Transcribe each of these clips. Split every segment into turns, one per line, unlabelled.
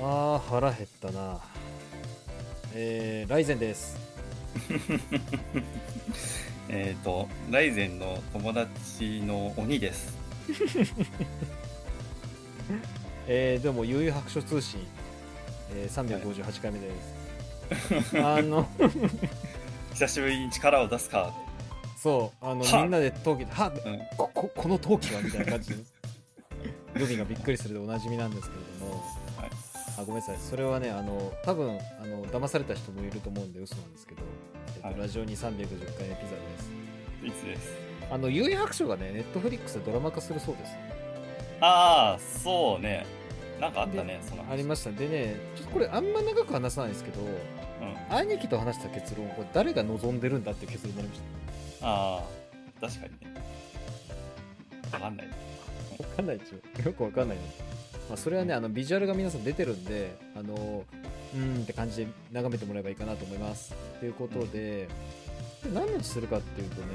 あー腹減ったなえー、ライゼンです
えっ、と、ライゼンの友達の鬼です。
えー、でも悠々白書通信、えー、358回目です、あ の
久しぶりに力を出すか。
そうあの
は
みんなで陶器で「は
うん。
こここの陶器は?」みたいな感じで予備がびっくりするでおなじみなんですけれども
はい
あごめんなさいそれはねあの多分あの騙された人もいると思うんで嘘なんですけど、えっと
はい
ラジオに310回目ピザです
いつです。
あの悠々白書がねネットフリックスでドラマ化するそうです
ああ、そうね。なんかあったね、その話。
ありましたでねちょっとこれあんま長く話さないですけど
うん。あ
兄貴と話した結論これ誰が望んでるんだっていう結論になりまし
あー、確かにね。わかんない。
た分かんないでしょよく分かんないね、まあ、それはねあのビジュアルが皆さん出てるんであのうーんって感じで眺めてもらえばいいかなと思いますということで、で何の話するかっていうとね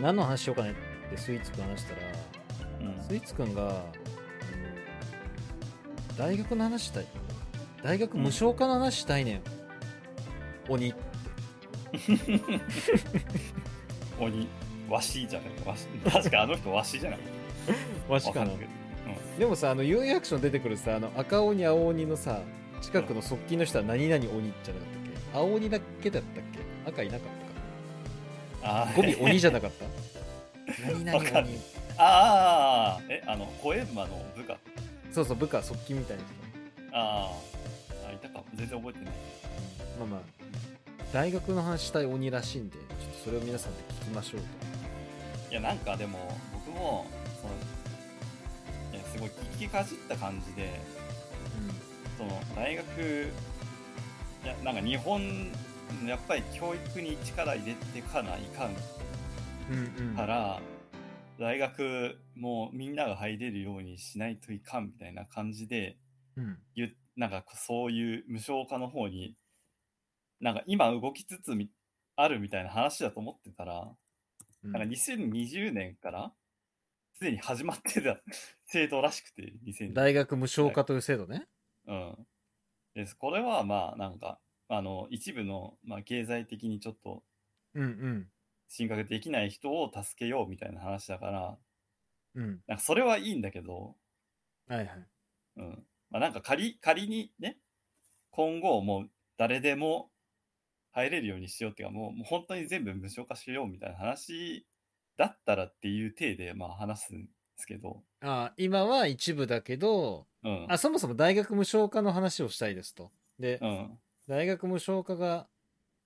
何の話しようかねってスイーツと話したら
うん。
スイーツくんがあの大学の話したい大学無償化の話したいねん、鬼
鬼。わしじゃない。わし。 確かあの人わしじゃない。
わ
わ
し
か
か
ん
な
ないけど。
でもさあの有役所に出てくるさあの赤鬼青鬼のさ近くの側近の人は何々鬼じゃなかったっけ青鬼だけだったっけ赤いなかっ
あ
た
ー
か語尾鬼じゃなかった 何々
わかんな
鬼
あー、え、あの、小閻魔の部下。
そうそう部下側近みたいな人
あーあ、いたか。全然覚えてない。
まあまあ大学の話したい鬼らしいんでちょっとそれを皆さんで聞きましょう
いやなんかでも僕もそのいやすごい聞きかじった感じでその大学いやなんか日本やっぱり教育に力入れてかないかん
と、うんうん
から、大学もみんなが入れるようにしないといかんみたいな感じで
うん
ゆなんかそういう無償化の方になんか今動きつつみあるみたいな話だと思ってたら
うん
なんか2020年からすでに始まってた 制度らしくて、2020年。
大学無償化という制度ね、
うん。です。これはまあなんか、あの、一部の、まあ、経済的にちょっと
うん
進学できない人を助けようみたいな話だから、
うんうん
なんかそれはいいんだけど、
はいはい
うん。まあなんか仮、仮にね、今後もう誰でも入れるようにしようっていうか、もうもう本当に全部無償化しようみたいな話だったらっていう体でまあ話すんですけど、
あー今は一部だけど
うん。
あそもそも大学無償化の話をしたいですと。で、
うん。
大学無償化が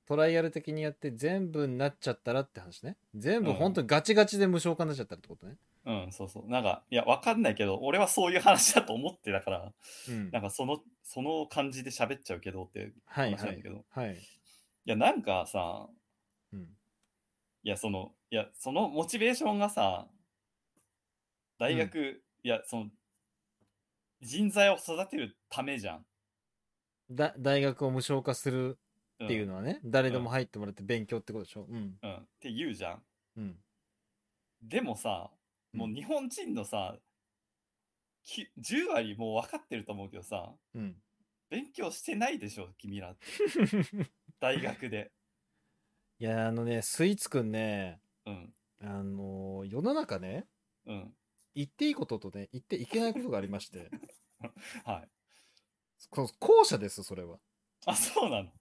トライアル的にやって全部になっちゃったらって話ね。全部
うん
本当にガチガチで無償化になっちゃったらってことね。
うん、そうそう。なんか、いや、わかんないけど、俺はそういう話だと思ってだから、
うん
なんかその、その感じで喋っちゃうけどって
はい
話
は
なんだ
い
けど、。
はい。
いや、なんかさ、
うん。
いや、その、いや、そのモチベーションがさ、大学、いや、その、人材を育てるためじゃん。
だ、大学を無償化する
ん
っていうのはね、誰でも入ってもらって勉強ってことでしょ。うん。
うん、って言うじゃん。
うん。
でもさ、もう日本人のさ、き10割もう分かってると思うけどさ、
うん。
勉強してないでしょ、君ら。 大学で。
いや、あのね、スイーツくんね、
うん、
あのー世の中ね、
うん、
言っていいこととね、言っていけないことがありまして、
はい。
この後者です、それは。
あ、そうなの。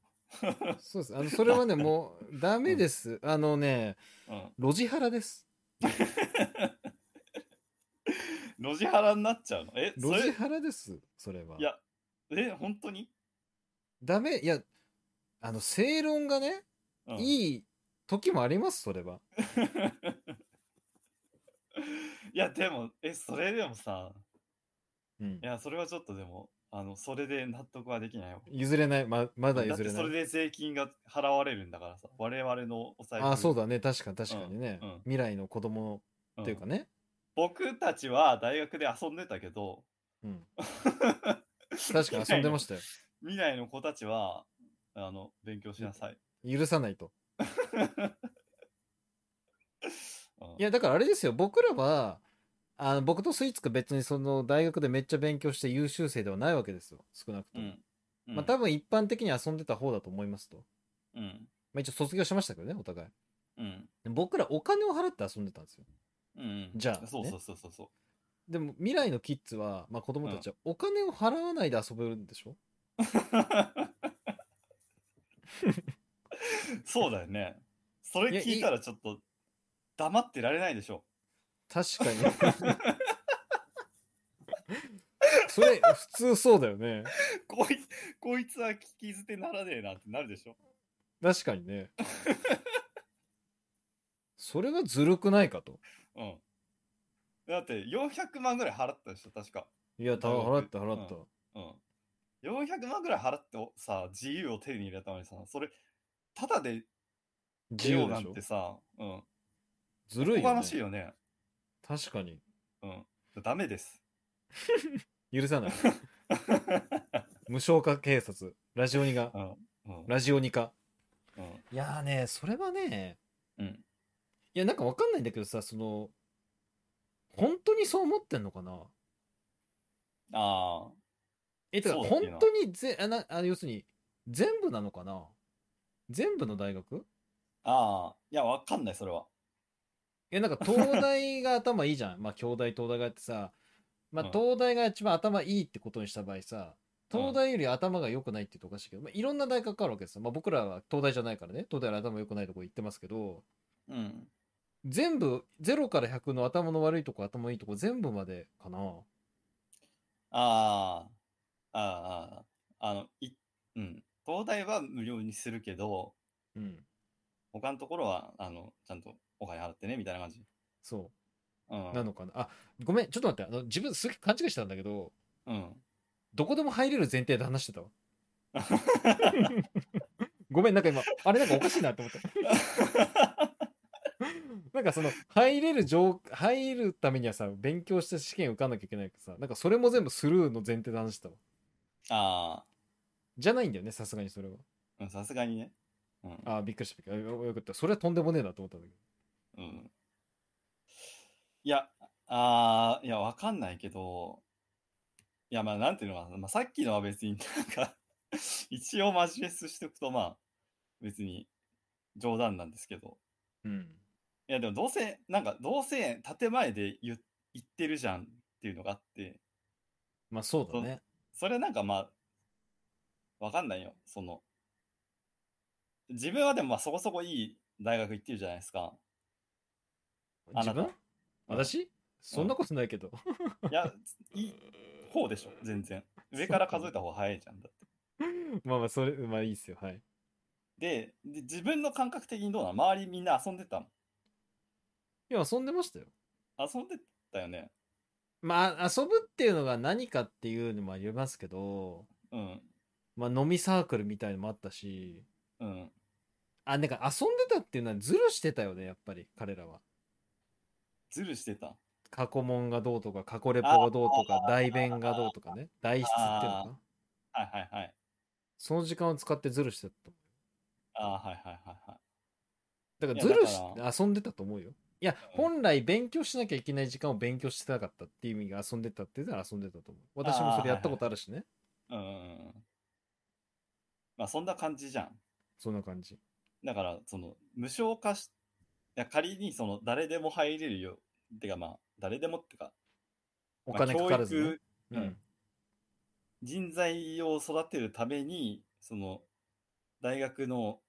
そうです。あの、それはね、もう、ダメです。あのね、
うん。
ロジハラです。
路地腹になっちゃうの。え、そ
ロ
れ
ジ、ハラです。それは。
いや、え、本当に、
ダメ、いや、あの、正論がね、
うん、い
いい時もあります、それは。
や、でも、え、それでもさ、
うん
い。や、それはちょっとでも、あの、それで納得はできないよ。
譲れない。ま、まだ
だっ
譲
て
れ
それ
ない。
で税金が払われるんだからさ、我々のお財布
ああ、そうだね。確かに確かにね。
うんうん
未来の子供
うん
っていうかね。
僕たちは大学で遊んでたけど、
うん。確かに遊んでましたよ。
未来の子たちは、あの、勉強しなさい。
許さないと。
うん
いや、だからあれですよ。僕らは、あの僕とスイーツく別にその大学でめっちゃ勉強して優秀生ではないわけですよ少なくと
う
も、
ん。うん
まあ多分一般的に遊んでた方だと思いますと、
うん。
まあ、一応卒業しましたけどねお互い
うん。
で僕らお金を払って遊んでたんですよ
うん。
じゃあ
そう
ね
そうそうそうそう。
でも未来のキッズは、まあ、子供たちはお金を払わないで遊べるんでしょ、
そうだよね。それ聞いたらちょっと黙ってられないでしょ。
確 かにそれ普通そうだよね
こいこいつは聞き捨てならねえなってなるでしょ。
確かにねそれはずるくないかと
うん。だって400万ぐらい払ったでしょ、確か。
いやた
大
払
学
った払った、
うん。400万ぐらい払っておさ、自由を手に入れたのにさ、それ、ただで
自
出よ
由
う
で
な
しょ
んてさ、うん。
ずるい
おか
よ、
な
ね、
しいよね。
確かに
うん。ダメです。
許さない無償化警察ラジオニが
うん。うん。
ラジオニ化
うん
いやーねそれはね
うん。
いやなんかわかんないんだけどさその本当にそう思ってんのかな
ああ。
えてか
そうだっ
本
けな
当にぜあなあ要するに全部なのかな全部の大学い
ああ。いや、わかんない、それは。
やなんか東大が頭いいじ ゃんまあ京大東大があってさまあ
うん
東大が一番頭いいってことにした場合さ
うん
東大より頭が良くないって言うとおかしいけど、まあ、いろんな大学があるわけですよ。まあ、僕らは東大じゃないからね、東大より頭良くないとこ行ってますけど、
うん。
全部、0から100の頭の悪いとこ、頭いいとこ、全部までかな。
ああ。ああ。あの、い、うん。東大は無料にするけど、
うん。
他のところは、あの、ちゃんとお金払ってね、みたいな感じ。
そう。
うん。
なのかな。あ、ごめん、ちょっと待って、あの、自分すげえ勘違いしたんだけど、
うん。
どこでも入れる前提で話 してたわ。ごめん、なんか今、あれなんかおかしいなと思った。なんかその、入れる条、入るためにはさ、勉強して試験受かんなきゃいけないけどさ、なんかそれも全部スルーの前提で話してたわ。
あ
じゃないんだよね、さすがにそれは。
あ。うんさすがにね。うん。
あーびっくりした、びっくりした。あよかった。それはとんでもねえなと思ったんだけど。
うん。いや、ああ、いや、わかんないけど、いや、まあ、なんていうのかな、まあ、さっきのは別になんか、 一応マジレスしておくと、まあ、別に冗談なんですけど、
うん。
いや、でも、どうせ、なんか、どうせ建前で言う言ってるじゃんっていうのがあって、
まあそうだね。
それはなんかまあ、わかんないよ、その、自分はでもまあそこそこいい大学行ってるじゃないですか。あ
自
なた
分私そんなことないけど。
いや、いい方でしょ、全然。上から数えた方が早いじゃんだって。
まあまあ、それ、まあいいっすよ。はい。
で、で自分の感覚的にどうなの周りみんな遊んでたもん。
いや、遊んでましたよ。
遊んでたよね。
まあ、遊ぶっていうのが何かっていうのもありますけど、
うん、
まあ、飲みサークルみたいのもあったし、
うん。
あ、なんか遊んでたっていうのはズルしてたよね、やっぱり、彼らは。
ズルしてた。
過去問がどうとか、過去レポがどうとか、代弁がどうとかね、代筆っていうのかな。
はいはいはい。
その時間を使ってズルしてたと思
ああ、はいはいはいはい。
う。だから、
い
ズ
や
ルし
だか
遊んでたと思うよ。いや、
うん
本来勉強しなきゃいけない時間を勉強してなかったっていう意味が遊んでたっていうのは遊んでたと思う。私もそれやったことあるしね。
うんうんうん。まあそんな感じじゃん。
そんな感じ。
だから、その、無償化し、いや仮にその、誰でも入れるよ。てかまあ、誰でもってか、
お金かからず
ま
ね。う
あ教育うん
ん。
人材を育てるためにその大学の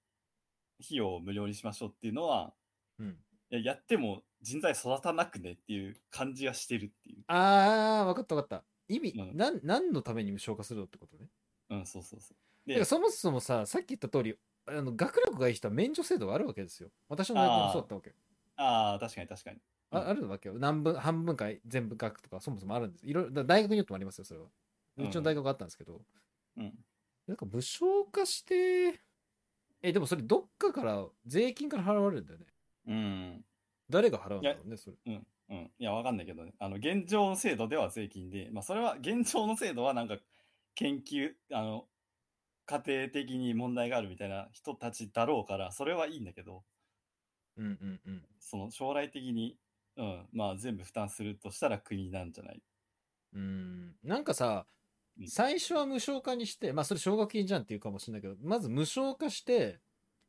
費用を無料にしましょうっていうのは
うん。
いややっても人材育たなくねっていう感じがしてるっていう
あー、わかったわかった。意味、
うん
なん、何のために無償化するのってことね。
うんそうそうそう
て
で
かそもそもさ、さっき言った通り、あの学力がいい人は免除制度があるわけですよ。私の大学もそうだったわけ。
ああ確かに確かに
あ
うん
あるわけよ。何分、半分か全部学とか、そもそもあるんです。いろいろ、だ大学によってもありますよ、それは。うちの大学があったんですけど、
うん
なんか無償化して、え、でもそれどっかから、税金から払われるんだよね。
うん
誰が払うんだろうね、それ。
うんうんいやわかんないけどねあの現状の制度では税金でまあそれは現状の制度はなんか研究あの家庭的に問題があるみたいな人たちだろうからそれはいいんだけど
うんうんうん。
その将来的にうん、まあ全部負担するとしたら国なんじゃない
うん、なんかさ
うん
最初は無償化にしてまあそれ奨学金じゃんっていうかもしれないけどまず無償化して、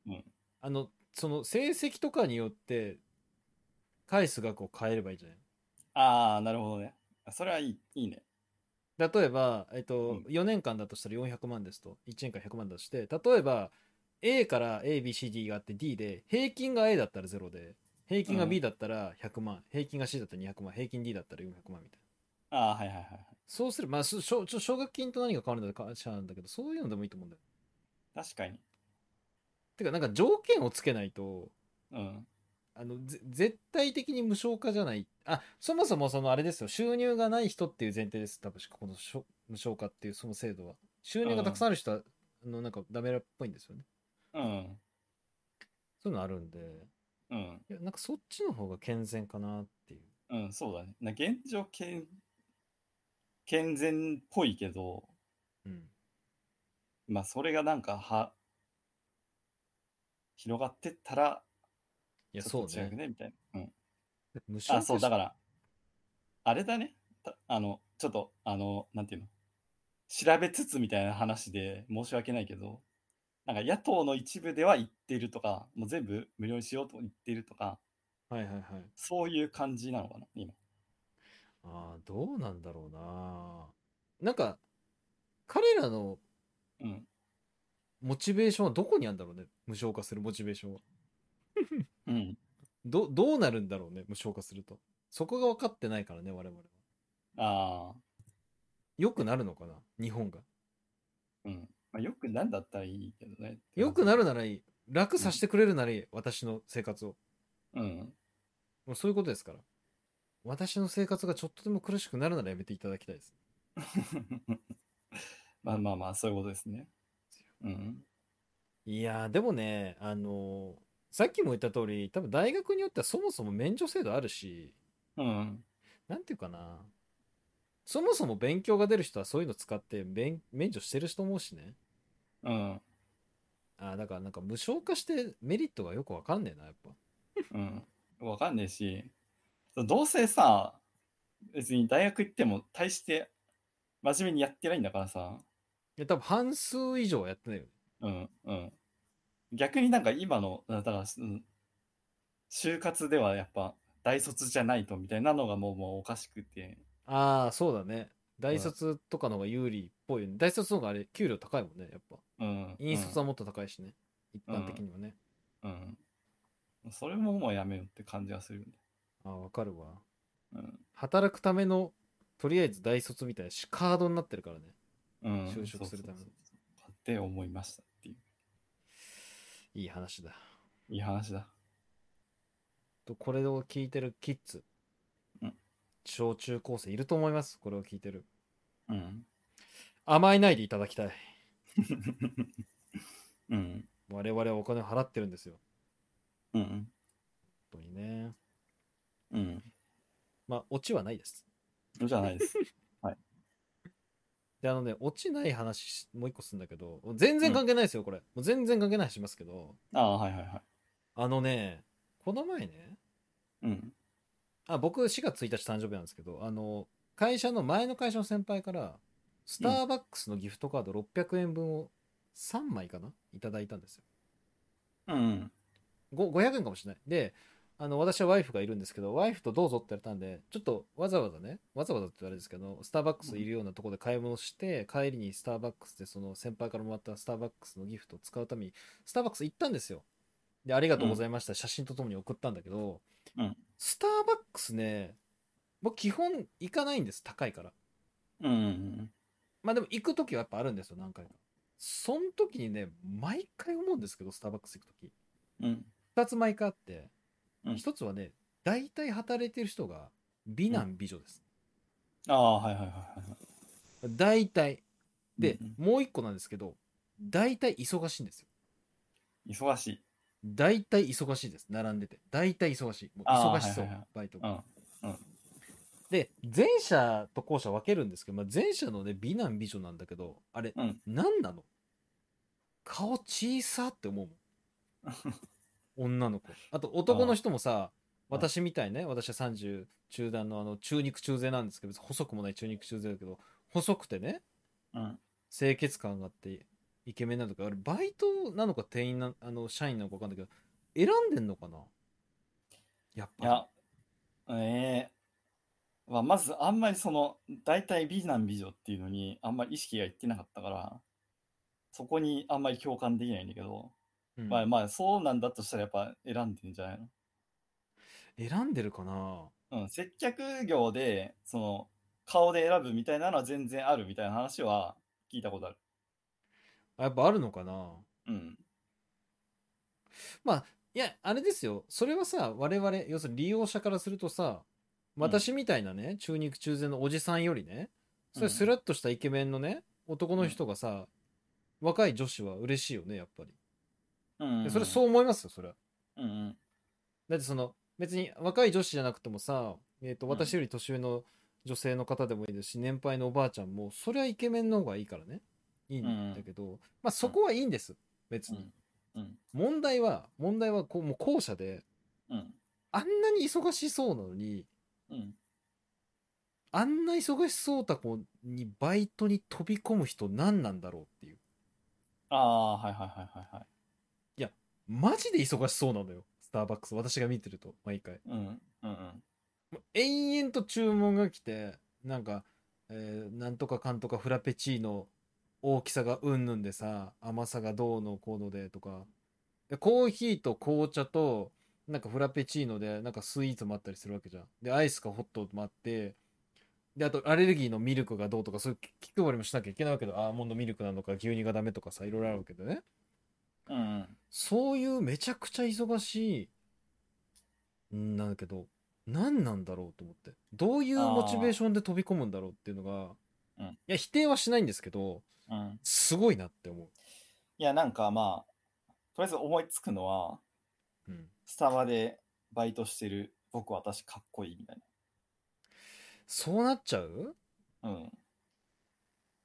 うん
あのその成績とかによって返す額を変えればいいんじゃない
ああ、なるほどね。それはいいいいね。
例えば、えっ
う
と
ん
4年間だとしたら400万ですと1年間100万だとして例えば A から ABCD があって D で平均が A だったら0で平均が
うん
B だったら100万、平均が C だったら200万平均 D だったら400万みたいな
ああ、はいはいはいはい。
そうするまあしょちょちょ奨学金と何が変わるんだか知らなんだけどそういうのでもいいと思うんだよ
確かに。
てかなんか条件をつけないと
うん。
あのぜ絶対的に無償化じゃないあそもそもそのあれですよ収入がない人っていう前提です多分このしょ無償化っていうその制度は収入がたくさんある人は、あのなんかダメらっぽいんですよね
うん。
そういうのあるんで
うん。
いやなんかそっちの方が健全かなっていう
うん、そうだね。な現状健、健全っぽいけど、
うん
まあそれがなんか、は、広がってったら、
いや
ちょ
そ
っ
う
と違
ね
くねみたいな。うん。
無償
あ、そう、だからら、あれだね。たあの、ちょっと、あの、なんていうの。調べつつみたいな話で申し訳ないけど、なんか野党の一部では言っているとか、もう全部無料にしようと言っているとか、
はいはいはい
そういう感じなのかな、今。
ああどうなんだろうななんか彼らの
うん。
モチベーションはどこにあるんだろうね無償化するモチベーションは
うん。
どどうなるんだろうね無償化するとそこが分かってないからね我々は
ああ、
良くなるのかな日本が
うん。まあ、よくなんだったらいいけどね。
良くなる
な。
ならいい楽させてくれるならいい、私の生活を
うん。
もうそういうことですから私の生活がちょっとでも苦しくなるならやめていただきたいです
まあまあまあ、そういうことですね。うん。
いやーでもねあのーさっきも言った通り多分大学によってはそもそも免除制度あるし
うん。
なんていうかなそもそも勉強が出る人はそういうの使って免免除してる人も多いしね
うん。
あーだからなんか無償化してメリットがよくわかんねえなやっぱ
うん。わかんねえし、どうせさ、別に大学行っても大して真面目にやってないんだからさ、
いや多分半数以上はやってないよね
うん、うん。逆になんか今の、だから、うん就活ではやっぱ大卒じゃないとみたいなのがもうもうおかしくて、
ああそうだね大卒とかの方が有利っぽいよね、大卒の方があれ給料高いもんねやっぱ
うん。
引率はもっと高いしね、一般的にはね、
うん。うん。それももうやめようって感じがするよね。
ああわかるわ
うん。
働くためのとりあえず大卒みたいなしカードになってるからね
うん、
就職するために
そうそうそうって思いましたっていう。
いい話だ
いい話だ。
とこれを聞いてるキッズ、
うん
小中高生いると思いますこれを聞いてる
うん。
甘えないでいただきたい
うん。
我々はお金を払ってるんですよ
うん。
本当にね
うん。
まあオチはないです
じゃない です。
であのねオチない話しもう一個するんだけど全然関係ないですよ、これもう全然関係ない話しますけど
ああ、はいはいはい。
あのねこの前ね
うん。
あ僕4月1日誕生日なんですけどあの会社の前の会社の先輩からスターバックスのギフトカード600円分を3枚かないただいたんですよ
うん。
ご500円かもしれないであの私はワイフがいるんですけどワイフとどうぞって言われたんでちょっとわざわざねわざわざって言われですけどスターバックスいるようなところで買い物して帰りにスターバックスでその先輩からもらったスターバックスのギフトを使うためにスターバックス行ったんですよでありがとうございました、写真とともに送ったんだけど、
うん
スターバックスね僕基本行かないんです高いから
うん。うん。
まあでも行く時はやっぱあるんですよ何回かその時にね毎回思うんですけどスターバックス行く時
うん。
2つ毎回あって、
うん
一1つはね大体働いてる人が美男美女です、
ああ、はいはいはいはいはい。
大体で、
うん
もう1個なんですけど大体忙しいんですよ
忙しい。
大体忙しいです並んでて大体忙しいもう
あー
忙しそう、
はいはいはい
バイト
う
が、
ん。
で前者と後者分けるんですけど、まあ、前者のね美男美女なんだけどあれ、
うん
何なの顔 小さって思うもん女の子あと男の人もさ私みたいにね私は30中段のあの中肉中背なんですけど別に細くもない中肉中背だけど細くてね
うん。
清潔感があってイケメンなのかあれバイトなのか店員なあの社員なのか分かんないけど選んでんのかなやっ
い
ぱ
や、ええまあ、まずあんまりその、大体美男美女っていうのにあんまり意識がいってなかったから、そこにあんまり共感できないんだけど、
り、うん
まあまあそうなんだとしたらやっぱ選んでんじゃないの
選んでるかな
うん、接客業で、その、顔で選ぶみたいなのは全然あるみたいな話は聞いたことある。
あやっぱあるのかな
うん。
まあいやあれですよそれはさ我々要するに利用者からするとさ私みたいなね、中肉中背のおじさんよりねそれスラッとしたイケメンのね男の人がさ、若い女子は嬉しいよねやっぱり、
うん、
それそう思いますよそれは
うんうん。
だってその別に若い女子じゃなくてもさ、えー、と
うん
私より年上の女性の方でもいいですし年配のおばあちゃんもそりゃイケメンの方がいいからねいいんだけど、まあそこはいいんです別
う
に、
ん。うん。
問題は問題はこうもう後者で
うん。
あんなに忙しそうなのに
うん。
あんな忙しそうた子にバイトに飛び込む人何なんだろうっていう
ああ、はいはいはいはいはい。
マジで忙しそうなのよスターバックス私が見てると毎回
うん。うんうん。
もう延々と注文が来てなんか、えーなんとかかんとかフラペチーノ大きさがうんぬんでさ甘さがどうのこうのでとかでコーヒーと紅茶となんかフラペチーノでなんかスイーツもあったりするわけじゃんでアイスかホットもあってであとアレルギーのミルクがどうとかそういう気配りもしなきゃいけないわけどアーモンドミルクなのか牛乳がダメとかさいろいろあるわけどね
うんうん。
そういうめちゃくちゃ忙しいんなんだけど、何なんだろうと思って。どういうモチベーションで飛び込むんだろうっていうのが、
うん
いや、否定はしないんですけど、
うん、
すごいなって思
いや、なんかまあ、とりあえず思いつくのは、
う。うん。
スタバでバイトしてる僕、私、かっこいいみたい
そうなっちゃう
な。うん。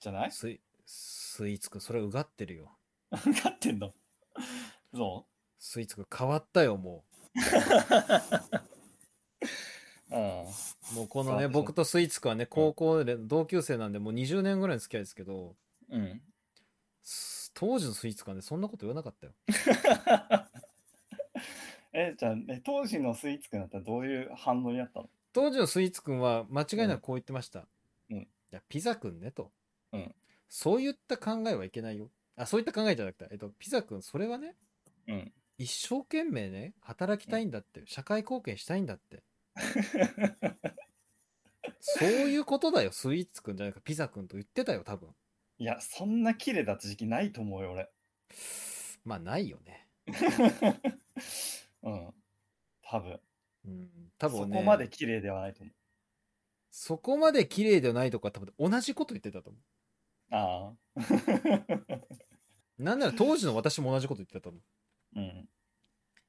じ ゃない
スイスイーツくん、それはうがってるよ。
勝ってんのそ
スイーツくん変わったよ、も
う。うん。
う。もうこ
そ
の
う
ね、
そう
僕とスイーツくんはね、高校で同級生なんで、もう20年ぐらいの付き合いですけど、
うん。
す当時のスイーツくんはね、そんなこと言わなかったよ。
え、じゃあ、ね、当時のスイーツくんだったらどういう反応になったの
当時のスイーツくんは間違いなくこう言ってました。
うん
いや、ピザくんねと。
うん
そういった考えはいけないよ。あ、そういった考えじゃなくて、えっと、ピザくん、それはね、
うん。
一生懸命ね、働きたいんだって、社会貢献したいんだ って。そういうことだよ、スイーツくんじゃなくて、ピザくんと言ってたよ、多分。
いや、そんな綺麗だった時期ないと思うよ、俺。
まあ、ないよね。
うん。多分。
うん、多分ね、
そこまで綺麗ではないと思
そこまで綺麗ではないとか、多分同じこと言ってたと思
う。ああ。
う。なんなら当時の私も同じこと言ってたと思う。
うん。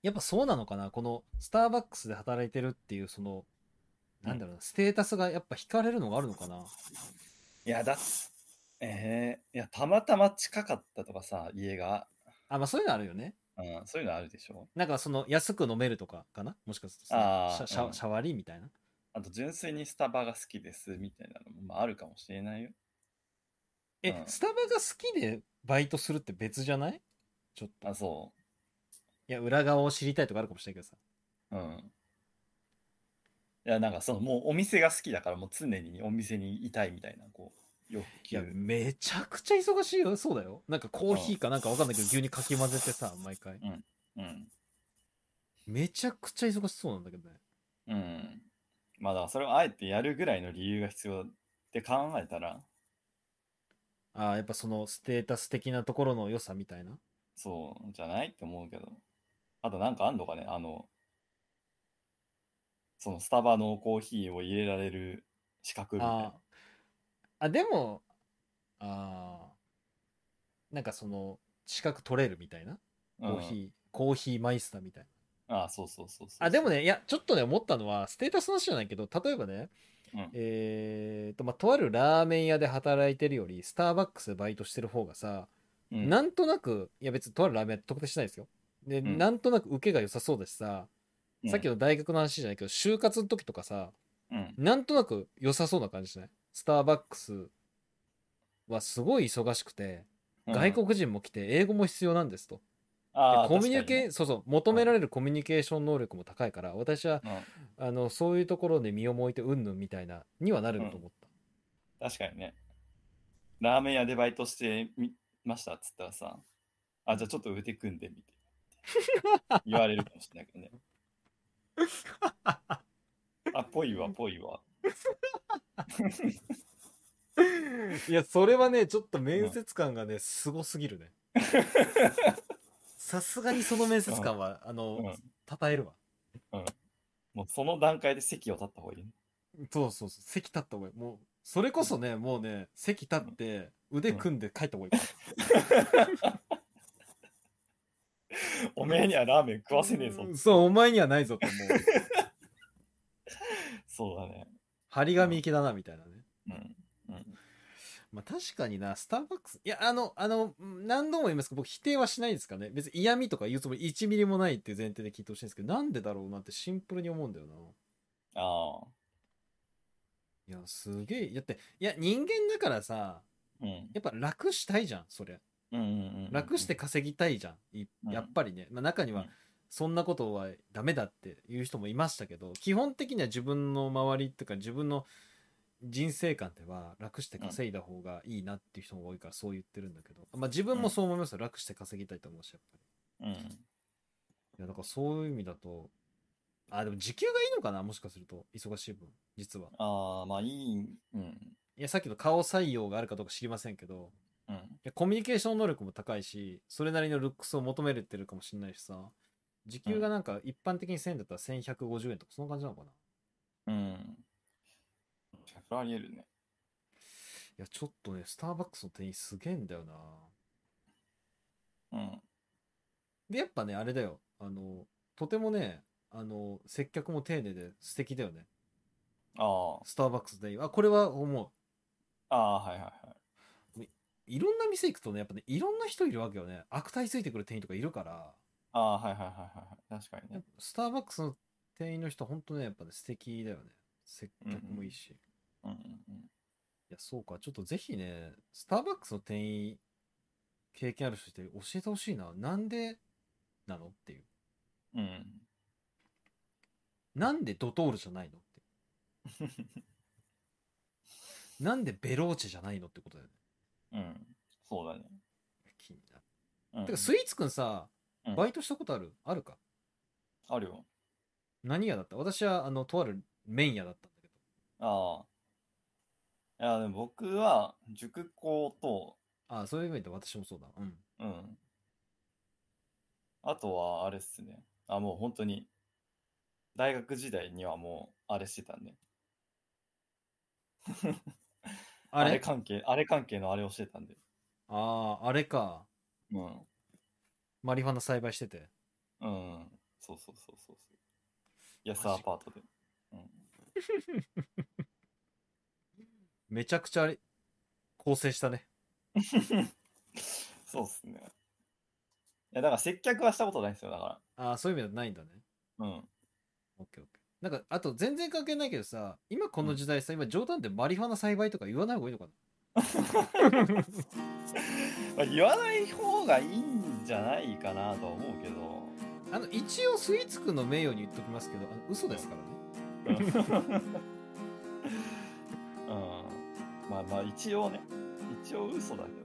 やっぱそうなのかなこのスターバックスで働いてるっていうそのなんだろうなステータスがやっぱ惹かれるのがあるのかない
や、だっ、ええいや、たまたま近かったとかさ、家が、
あまあそういうのあるよね
うん、そういうのあるでしょ。
なんかその安く飲めるとかかなもしかすると
あー
シャシャ
うん
シャワリみたいな
あと、純粋にスタバが好きですみたいなのも、まあ、あるかもしれないよ。
え、
うん
スタバが好きでバイトするって別じゃないちょっと
あ、そ
いや裏側を知りたいとかあるかもしれないけどさ
う。うん。いや、なんか、その、もうお店が好きだから、もう常にお店にいたいみたいな、こう、欲
いや
求。
めちゃくちゃ忙しいよそうだよなんかコーヒーかなんかわかんないけど牛乳かき混ぜてさ毎回
うん。
めちゃくちゃ忙しそうなんだけどね
うん。まあ、だから、それをあえてやるぐらいの理由が必要って考えたら、
あーやっぱそのステータス的なところの良さみたいな
そうじゃないって思うけど。あとなんかあんのかねあの、そのスタバのコーヒーを入れられる資格みたい
あ
な。
ーあでもあーなんかその資格取れるみたいなコーヒー、コーヒーマイスターみたい
うんああ、そうそうそうそう
なあでも、ねいやちょっとね思ったのはステータスの話じゃないけど例えばね
うん
えーとまあとあるラーメン屋で働いてるよりスターバックスでバイトしてる方がさ、
うん、
なんとなくいや別にとあるラーメン屋特定しないですよで、
うん
なんとなく受けが良さそうだしささっき
の、
の大学の話じゃないけど就活の時とかさ
うん、
なんとなく良さそうな感じしないスターバックスはすごい忙しくて
うん
外国人も来て英語も必要なんですと、
あ
でコ
ー
ミュニケー
確
そうそう求められるコミュニケーション能力も高いから私は
かにね
あのそういうところで身をもいてうんぬんみたいなにはなると思った、
うん、確かにねラーメン屋でバイトしてみましたっつったらさあじゃあちょっと腕組んでみて 言われるかもしれないけどねあぽいわぽいわ
いやそれはねちょっと面接官がねすごすぎる ねさすがにその面接官はあの、
うん
称えるわ
もうその段階で席を立った方がいいね
そうそうそう席立った方がいいもうそれこそねもうね席立って腕組んで書いた方がいいわ、
おめえにはラーメン食わせねえぞ
そうお前にはないぞと思う
そうだね
張り紙行きだなみたいなね
うんうん
まあ確かにな、スターバックス、いや、あの、あの、何度も言いますけど、僕否定はしないですからね。別に嫌味とか言うつもり1ミリもないっていう前提で聞いてほしいんですけど、なんでだろうなってシンプルに思うんだよな。
ああ
いや、すげえ、だって、いや、人間だからさ、
うん
やっぱ楽したいじゃん、そりゃ。
うんうんうんうん
楽して稼ぎたいじゃん。い
うん
やっぱりね。まあ中に
う
は
ん、
そんなことはダメだっていう人もいましたけど、基本的には自分の周りっていうか、自分の人生観では楽して稼いだ方がいいなっていう人も多いからそう言ってるんだけど、まあ自分もそう思いますよ。楽して稼ぎたいと思うし、やっぱ
うん
り。いや、だからそういう意味だと、あ、でも時給がいいのかなもしかすると。忙しい分、実は。
ああまあいいうん
いや、さっきの顔採用があるかどうか知りませんけど、
うん
いやコミュニケーション能力も高いしそれなりのルックスを求めれてるかもしれないしさ時給がなんか一般的に1000円だったら1150円とかそんな感じなのかない
うんそれはありえるね
やちょっとねスターバックスの店員すげえんだよな
うん
でやっぱねあれだよあのとてもねあの接客も丁寧で素敵だよね
あ
スターバックスの店員あこれは思
あああーはいはいはいう
いろんな店行くとねやっぱねいろんな人いるわけよね悪態ついてくる店員とかいるから
ああはいはいはいはいはい確かに
やっ
ね
ぱスターバックスの店員の人ほんとねやっぱね素敵だよね接客もいいし、
うんうんうん
いや、そうか。ちょっとぜひね、スターバックスの店員、経験ある人いて教えてほしいな。なんでなのっていう。
うん
なんでドトールじゃないのって。 なんでベローチェじゃないのってことだよね。
うんそうだね
気になる。
うん
てか、スイーツくんさ
う、ん
バイトしたことあるあるか
あるよ
何屋だった私は、あの、とある麺屋だったんだけど。
ああいやでも僕は塾校と
ああ、そういう意味で私もそうだ。うん。
うんあとはあれっすねあもう本当に大学時代にはもうあれしてたね
あれ
関係あれ関係のあれをしてたんで
ああ、あれか。
うん
マリファナ栽培してて。
うんそうそうそうそうそう安
マ
ア
ジ
パートでうん
めちゃくちゃあれ、構成したね。
そうっすね。いや、だから接客はしたことないんですよ、だか
ああ、そういう意味ではないんだね。
ら。うん。
オッケーオッケー。なんか、あと全然関係ないけどさ、今この時代さ、今冗談でマリファナ栽培とか言わない方がいいのかな
まあ、言わない方がいいんじゃないかなとは思うけ
あの、一応スイーツくんの名誉に言っときますけど、あの嘘ですからね。
ど。うん。まあまあ、一応ね。一応嘘だけど。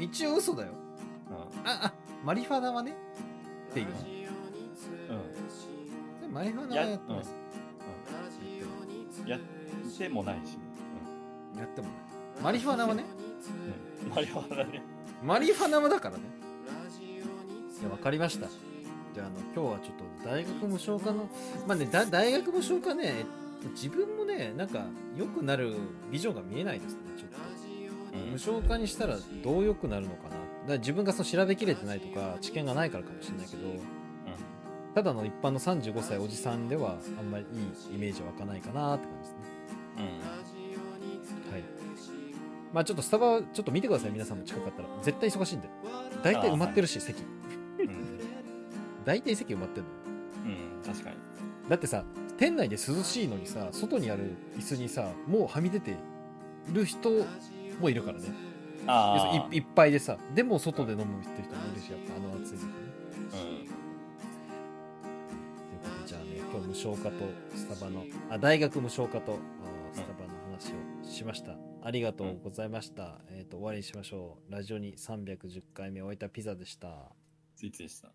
一応嘘だよ。あ、あ、マリファナはね。っていう。それマリファナはやってます。
うん。やってもないし。
やってもね。マリファナはね。
うん。マリファナね。
マリファナはだからね。いや、わかりました。じゃあ、あの、今日はちょっと大学無償化の、まあね、だ大学無償化ね、えっと自分もね、なんか、良くなるビジョンが見えないですね、ちょっと。
うん
無償化にしたらどう良くなるのかなだから自分がその調べきれてないとか知見がないからかもしれないけどただの一般の35歳おじさんではあんまりいいイメージは湧かないかなって感じですね
うん。うん。
はいまあちょっとスタバちょっと見てください皆さんも近かったら絶対忙しいんで大体埋まってるし席
うん。
大体席埋まってるの
うん、確かに。
だってさ店内で涼しいのにさ外にある椅子にさもうはみ出てる人もいるからね要する
ああ
に、いいっぱいでさでも外で飲むっていう人もいるしやっぱあの暑い時期ね
うん。
ということでじゃあね今日無償化とスタバのあ大学無償化とあースタバの話をしました、ありがとうございました、えっ、と終わりにしましょうラジオに310回目終えたピザでした
ついついした。